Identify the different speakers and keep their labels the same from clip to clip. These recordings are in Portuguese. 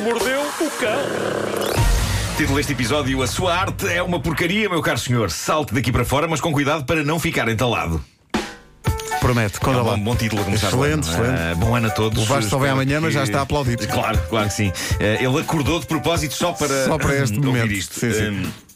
Speaker 1: O cão.
Speaker 2: Título deste episódio: A sua arte é uma porcaria, meu caro senhor. Salte daqui para fora, mas com cuidado para não ficar entalado.
Speaker 3: Promete, conta
Speaker 2: é um
Speaker 3: lá.
Speaker 2: bom, bom título a começar
Speaker 3: Excelente,
Speaker 2: o ano.
Speaker 3: excelente.
Speaker 2: Ah, bom ano a todos.
Speaker 3: O Vasco só vem
Speaker 2: Espero
Speaker 3: amanhã, mas já está aplaudido.
Speaker 2: Claro, claro que sim. Ah, ele acordou de propósito só para,
Speaker 3: Só para este
Speaker 2: ouvir
Speaker 3: momento.
Speaker 2: isto.
Speaker 3: Sim, sim.
Speaker 2: Ah,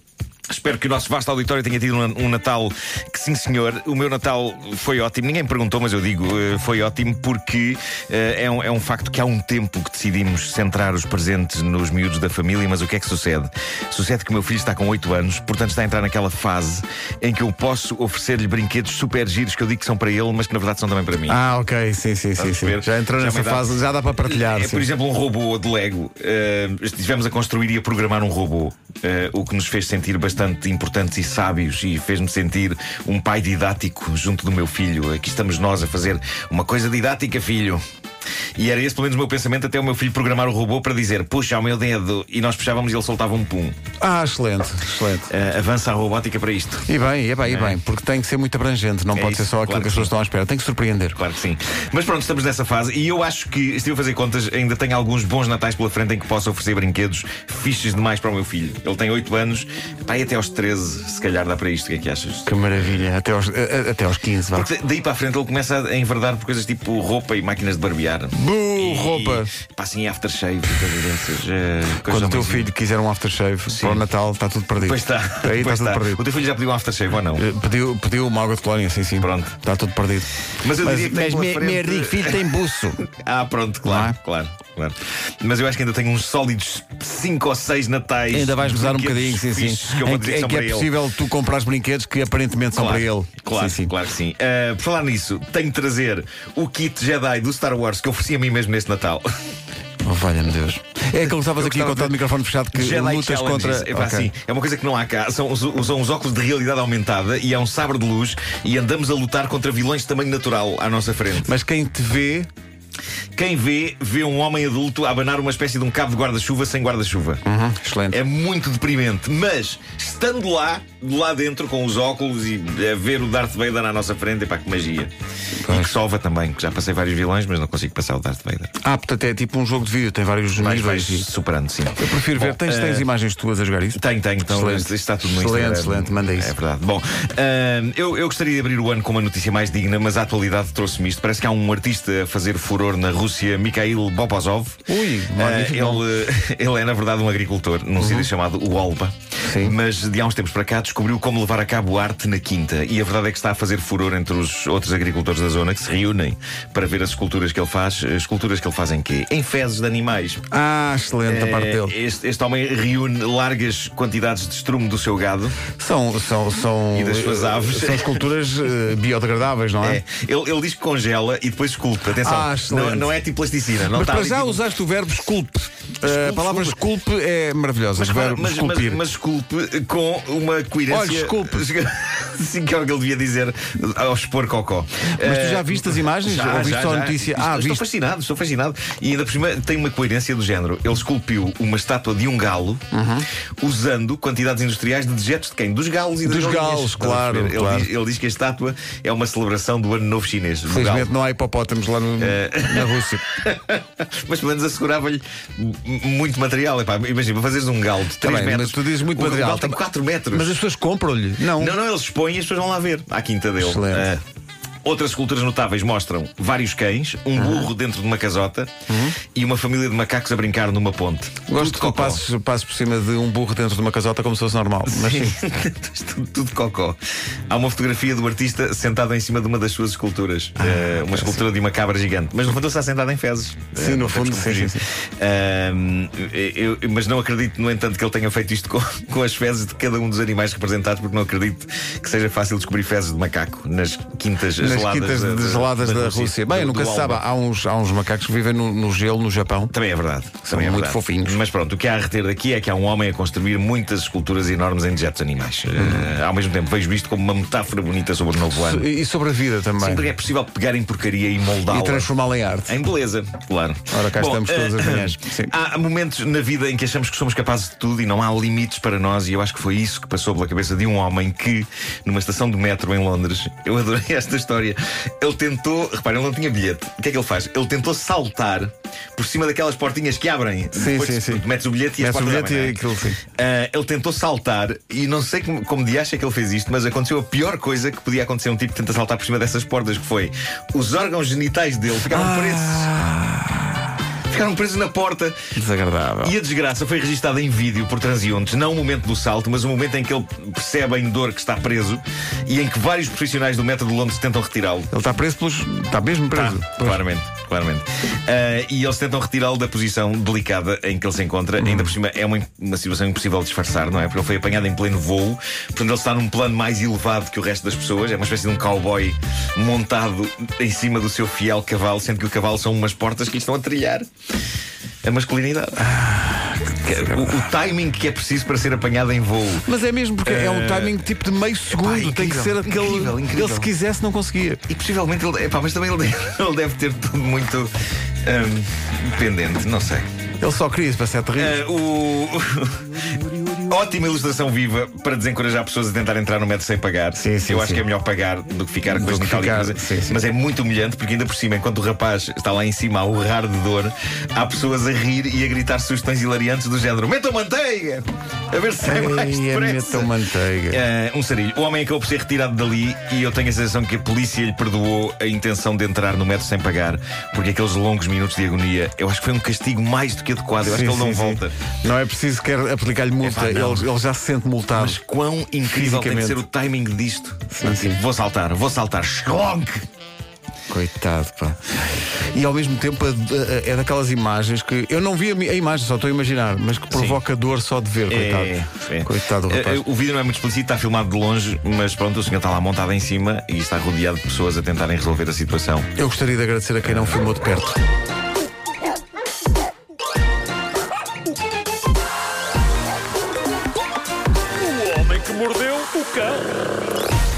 Speaker 2: Espero que o nosso vasto auditório tenha tido um, um Natal que, sim senhor, o meu Natal foi ótimo. Ninguém me perguntou, mas eu digo, eh, foi ótimo porque eh, é, um, é um facto que há um tempo que decidimos centrar os presentes nos miúdos da família, mas o que é que sucede? Sucede que o meu filho está com 8 anos, portanto está a entrar naquela fase em que eu posso oferecer-lhe brinquedos super giros que eu digo que são para ele, mas que na verdade são também para mim.
Speaker 3: Ah, ok, sim, sim, sim.
Speaker 2: Estás a
Speaker 3: sim.
Speaker 2: perceber?
Speaker 3: Já entrou
Speaker 2: Já
Speaker 3: nessa
Speaker 2: me dá-
Speaker 3: fase, já dá para partilhar.
Speaker 2: É,
Speaker 3: sim.
Speaker 2: por exemplo, um robô de Lego. Uh, estivemos a construir e a programar um robô, uh, o que nos fez sentir bastante importantes e sábios e fez-me sentir um pai didático junto do meu filho. Aqui estamos nós a fazer uma coisa didática, filho. E era esse pelo menos o meu pensamento até o meu filho programar o robô para dizer puxa o meu dedo e nós puxávamos e ele soltava um pum.
Speaker 3: Ah, excelente, excelente.
Speaker 2: Uh, avança a robótica para isto.
Speaker 3: E bem, e bem, e bem, porque tem que ser muito abrangente, não
Speaker 2: É
Speaker 3: pode ser
Speaker 2: isso,
Speaker 3: só aquilo
Speaker 2: claro
Speaker 3: que as
Speaker 2: que
Speaker 3: pessoas
Speaker 2: sim.
Speaker 3: estão à espera, tem que surpreender.
Speaker 2: Claro que sim. Mas pronto, estamos nessa fase e eu acho que, estive a fazer contas, ainda tenho alguns bons natais pela frente em que posso oferecer brinquedos fixes demais para o meu filho. Ele tem 8 anos, vai até aos 13, se calhar dá para isto. O que é que achas?
Speaker 3: Que maravilha, até aos, a- a- até aos 15, vá.
Speaker 2: Porque daí para a frente ele começa a enverdar por coisas tipo roupa e máquinas de barbear.
Speaker 3: Bu,
Speaker 2: E-
Speaker 3: roupa.
Speaker 2: E, pá, assim, aftershave e coisas dessas. eh, coisas
Speaker 3: Quando o teu
Speaker 2: mais-
Speaker 3: filho quiser um aftershave para o Natal, está tudo perdido.
Speaker 2: Pois está.
Speaker 3: Aí
Speaker 2: pois está.
Speaker 3: está tudo
Speaker 2: O
Speaker 3: perdido.
Speaker 2: teu filho já pediu um aftershave ou não?
Speaker 3: Eh, Pediu, pediu uma água de colónia, sim, sim.
Speaker 2: Pronto.
Speaker 3: Está tudo perdido.
Speaker 2: Mas eu diria que tem pela
Speaker 3: me-
Speaker 2: frente-
Speaker 3: meu rico filho tem buço.
Speaker 2: Ah, pronto, claro,
Speaker 3: Não é?
Speaker 2: claro, claro. Mas eu acho que ainda tenho uns sólidos 5 ou 6 natais.
Speaker 3: Ainda vais gozar um bocadinho,
Speaker 2: brinquedos
Speaker 3: sim, sim.
Speaker 2: fixes Que eu vou
Speaker 3: em
Speaker 2: dizer que
Speaker 3: que, em
Speaker 2: são
Speaker 3: que
Speaker 2: para
Speaker 3: é
Speaker 2: ele.
Speaker 3: possível tu comprar brinquedos que aparentemente são para ele.
Speaker 2: Claro,
Speaker 3: sim, sim.
Speaker 2: claro que sim. Ah, por falar nisso, tenho de trazer o kit Jedi do Star Wars que eu ofereci a mim mesmo neste Natal.
Speaker 3: Oh, valha-me Deus. É aquilo que estavas
Speaker 2: Eu
Speaker 3: aqui a
Speaker 2: gostava
Speaker 3: contar
Speaker 2: de-
Speaker 3: de microfone fechado que
Speaker 2: Jedi
Speaker 3: lutas
Speaker 2: Challenges.
Speaker 3: contra.
Speaker 2: É, pá,
Speaker 3: Ok.
Speaker 2: assim, é uma coisa que não há cá. São, os- usam uns óculos de realidade aumentada e há um sabre de luz e andamos a lutar contra vilões de tamanho natural à nossa frente.
Speaker 3: Mas quem te vê,
Speaker 2: Quem vê, vê um homem adulto a abanar uma espécie de um cabo de guarda-chuva sem guarda-chuva.
Speaker 3: excelente.
Speaker 2: É muito deprimente, mas estando lá, de lá dentro, com os óculos e a ver o Darth Vader na nossa frente, epá, que magia. E que sova também, que já passei vários vilões, mas não consigo passar o Darth Vader.
Speaker 3: Ah, portanto é tipo um jogo de vídeo, tem vários
Speaker 2: Mas
Speaker 3: níveis.
Speaker 2: vais eh,
Speaker 3: e-
Speaker 2: superando, sim.
Speaker 3: Eu prefiro ver. Tens, tens imagens tuas a jogar isso?
Speaker 2: Tenho, tenho, então
Speaker 3: Excelente.
Speaker 2: isto está tudo no
Speaker 3: Excelente,
Speaker 2: Instagram.
Speaker 3: excelente, manda isso.
Speaker 2: É verdade. Bom, ahm, eu, eu gostaria de abrir o ano com uma notícia mais digna, mas a atualidade trouxe-me isto. Parece que há um artista a fazer furor na Rússia, Mikhail Bobozov.
Speaker 3: Ui,
Speaker 2: Ah,
Speaker 3: magnífico nome. Uhum.
Speaker 2: ele, ele é, na verdade, um agricultor num sítio chamado Uolba.
Speaker 3: Sim.
Speaker 2: Mas de há uns tempos para cá descobriu como levar a cabo arte na quinta. E a verdade é que está a fazer furor entre os outros agricultores da zona que se reúnem para ver as esculturas que ele faz. Esculturas que ele faz em quê? Em fezes de animais.
Speaker 3: Ah, excelente a parte
Speaker 2: Eh,
Speaker 3: dele.
Speaker 2: Este, este homem reúne largas quantidades de estrume do seu gado.
Speaker 3: São, são, são, eh,
Speaker 2: E das suas aves.
Speaker 3: São esculturas eh, biodegradáveis, não é?
Speaker 2: É, ele, ele diz que congela e depois esculpe. Atenção,
Speaker 3: Ah, excelente.
Speaker 2: não, não é tipo plasticina. Não
Speaker 3: Mas
Speaker 2: está
Speaker 3: para
Speaker 2: ali
Speaker 3: já
Speaker 2: tipo-
Speaker 3: usaste o verbo esculpe. Eh, a palavra esculpe é maravilhosa.
Speaker 2: Mas,
Speaker 3: o
Speaker 2: repara,
Speaker 3: verbo
Speaker 2: mas, mas,
Speaker 3: esculpir.
Speaker 2: mas esculpe com uma coerência.
Speaker 3: Olha, esculpe.
Speaker 2: Sim, que é o que ele devia dizer ao expor cocó.
Speaker 3: Mas
Speaker 2: Eh,
Speaker 3: tu já viste as imagens?
Speaker 2: Já,
Speaker 3: Ou viste
Speaker 2: já,
Speaker 3: só a
Speaker 2: já.
Speaker 3: notícia?
Speaker 2: Estou,
Speaker 3: Ah,
Speaker 2: estou
Speaker 3: viste.
Speaker 2: fascinado, estou fascinado. E ainda por cima tem uma coerência do género. Ele esculpiu uma estátua de um galo usando quantidades industriais de dejetos de quem? Dos galos e das
Speaker 3: Uhum. Dos
Speaker 2: galinhas.
Speaker 3: galos,
Speaker 2: Estás a
Speaker 3: claro,
Speaker 2: perceber? Ele,
Speaker 3: claro.
Speaker 2: Diz, ele diz que a estátua é uma celebração do Ano Novo Chinês. do galo.
Speaker 3: Felizmente não há hipopótamos lá no-
Speaker 2: Eh.
Speaker 3: na Rússia.
Speaker 2: Mas pelo menos assegurava-lhe m- muito material. Epá, imagina, para fazeres um galo de 3
Speaker 3: Tá bem,
Speaker 2: metros.
Speaker 3: mas tu dizes muito
Speaker 2: o
Speaker 3: material.
Speaker 2: galo tem
Speaker 3: Tá-
Speaker 2: 4 metros.
Speaker 3: Mas as pessoas compram-lhe. Não.
Speaker 2: Não, não, eles expõem e as pessoas vão lá ver. À quinta dele.
Speaker 3: Excelente.
Speaker 2: Ah, Outras esculturas notáveis mostram vários cães, um burro dentro de uma casota e uma família de macacos a brincar numa ponte.
Speaker 3: Uhum.
Speaker 2: Tudo
Speaker 3: Gosto que tu
Speaker 2: cocó.
Speaker 3: passes, passes por cima de um burro dentro de uma casota como se fosse normal. Mas sim.
Speaker 2: tudo, tudo cocó. Há uma fotografia do artista sentado em cima de uma das suas esculturas.
Speaker 3: Ah,
Speaker 2: Eh, uma escultura de uma cabra gigante. Mas no fundo ele está sentado em fezes.
Speaker 3: Sim,
Speaker 2: Eh,
Speaker 3: no
Speaker 2: não
Speaker 3: fundo,
Speaker 2: temos como
Speaker 3: sim,
Speaker 2: fugir.
Speaker 3: sim, sim.
Speaker 2: Ahm, eu- eu- mas não acredito, no entanto, que ele tenha feito isto com, com as fezes de cada um dos animais representados, porque não acredito que seja fácil descobrir fezes de macaco nas quintas
Speaker 3: Nas
Speaker 2: geladas
Speaker 3: quintas
Speaker 2: da- da-
Speaker 3: de geladas da, Rússia. Bem,
Speaker 2: Do-
Speaker 3: nunca
Speaker 2: do
Speaker 3: se sabe.
Speaker 2: Alba.
Speaker 3: Há uns, há uns macacos que vivem no, no gelo, no Japão.
Speaker 2: Também é verdade. também é
Speaker 3: muito
Speaker 2: verdade.
Speaker 3: fofinhos.
Speaker 2: Mas pronto, o que há a reter daqui é que há um homem a construir muitas esculturas enormes em dejetos animais.
Speaker 3: Uhum.
Speaker 2: Eh, ao mesmo tempo, vejo isto como uma metáfora bonita sobre o novo ano.
Speaker 3: E e sobre a vida também.
Speaker 2: Sempre é possível pegar em porcaria e
Speaker 3: e
Speaker 2: moldá-la.
Speaker 3: transformá-la em arte.
Speaker 2: Em beleza, claro.
Speaker 3: Ora, cá
Speaker 2: Bom, eh,
Speaker 3: estamos todas as manhãs. Sim.
Speaker 2: Há momentos na vida em que achamos que somos capazes de tudo e não há limites para nós, e eu acho que foi isso que passou pela cabeça de um homem que, numa estação de metro em Londres, eu adorei esta história. história. Ele tentou, reparem, ele não tinha bilhete. O que é que ele faz? Ele tentou saltar por cima daquelas portinhas que abrem.
Speaker 3: Sim,
Speaker 2: Depois
Speaker 3: sim,
Speaker 2: tu-
Speaker 3: sim.
Speaker 2: tu metes o bilhete e as
Speaker 3: Metes o
Speaker 2: portas
Speaker 3: bilhete
Speaker 2: abrem,
Speaker 3: e
Speaker 2: não é?
Speaker 3: aquilo, sim.
Speaker 2: Ah, ele tentou saltar e não sei como, como de acha que ele fez isto, mas aconteceu a pior coisa que podia acontecer a um tipo que tenta saltar por cima dessas portas, que foi os órgãos genitais dele ficaram presos.
Speaker 3: Ah.
Speaker 2: Ficaram presos na porta
Speaker 3: Desagradável.
Speaker 2: e a desgraça foi registada em vídeo por transeuntes, não o momento do salto, mas o momento em que ele percebe em dor que está preso e em que vários profissionais do método de Londres tentam retirá-lo.
Speaker 3: Ele está preso pelos. Está mesmo preso.
Speaker 2: Tá,
Speaker 3: Pois.
Speaker 2: claramente, claramente. Ah, e eles tentam retirá-lo da posição delicada em que ele se
Speaker 3: Uhum.
Speaker 2: encontra. Ainda por cima é uma, uma situação impossível de disfarçar, não é? Porque ele foi apanhado em pleno voo, portanto ele está num plano mais elevado que o resto das pessoas. É uma espécie de um cowboy montado em cima do seu fiel cavalo, sendo que o cavalo são umas portas que lhe estão a trilhar. A masculinidade.
Speaker 3: Ah,
Speaker 2: o, o timing que é preciso para ser apanhado em voo.
Speaker 3: Mas é mesmo, porque é um timing tipo de meio segundo. Tem que
Speaker 2: Eh, incrível,
Speaker 3: ser aquele.
Speaker 2: incrível, incrível.
Speaker 3: Ele, se quisesse, não conseguia.
Speaker 2: E possivelmente ele. Epá, mas também ele, ele deve ter tudo muito ahm, dependente, não sei.
Speaker 3: Ele só queria isso para sete rios.
Speaker 2: Eh, o... Ótima ilustração viva para desencorajar pessoas a tentar entrar no metro sem pagar.
Speaker 3: Sim, sim,
Speaker 2: Eu acho
Speaker 3: sim.
Speaker 2: que é melhor pagar do que ficar com as
Speaker 3: que
Speaker 2: metálicas.
Speaker 3: ficar,
Speaker 2: Mas-
Speaker 3: sim, sim.
Speaker 2: Mas é muito humilhante porque, ainda por cima, enquanto o rapaz está lá em cima a urrar de dor, há pessoas a rir e a gritar sugestões hilariantes do género: metam manteiga! A ver se sai mais
Speaker 3: Ei,
Speaker 2: depressa.
Speaker 3: metam manteiga.
Speaker 2: Eh, um sarilho. O homem acabou por ser retirado dali e eu tenho a sensação que a polícia lhe perdoou a intenção de entrar no metro sem pagar, porque aqueles longos minutos de agonia, eu acho que foi um castigo mais do que adequado. Ah, Eu acho
Speaker 3: Sim,
Speaker 2: que ele não
Speaker 3: sim, sim.
Speaker 2: volta.
Speaker 3: Não é preciso quer aplicar-lhe multa.
Speaker 2: Epá, não.
Speaker 3: ele, ele já se sente multado.
Speaker 2: Mas quão incrível tem
Speaker 3: Fisicamente.
Speaker 2: que ser o timing disto. Tipo,
Speaker 3: Sim, sim.
Speaker 2: Vou saltar, vou saltar. Schlonk!
Speaker 3: Coitado, pá. E ao mesmo tempo a- a- a- é daquelas imagens que. Eu não vi a, mi- a imagem, só estou a imaginar, mas que provoca dor só de ver,
Speaker 2: É,
Speaker 3: coitado. Coitado do
Speaker 2: Eh,
Speaker 3: rapaz.
Speaker 2: eh, O vídeo não é muito explícito, está filmado de longe, mas pronto, o senhor está lá montado em cima e está rodeado de pessoas a tentarem resolver a situação.
Speaker 3: Eu gostaria de agradecer a quem não filmou de perto.
Speaker 1: O homem que mordeu o cão.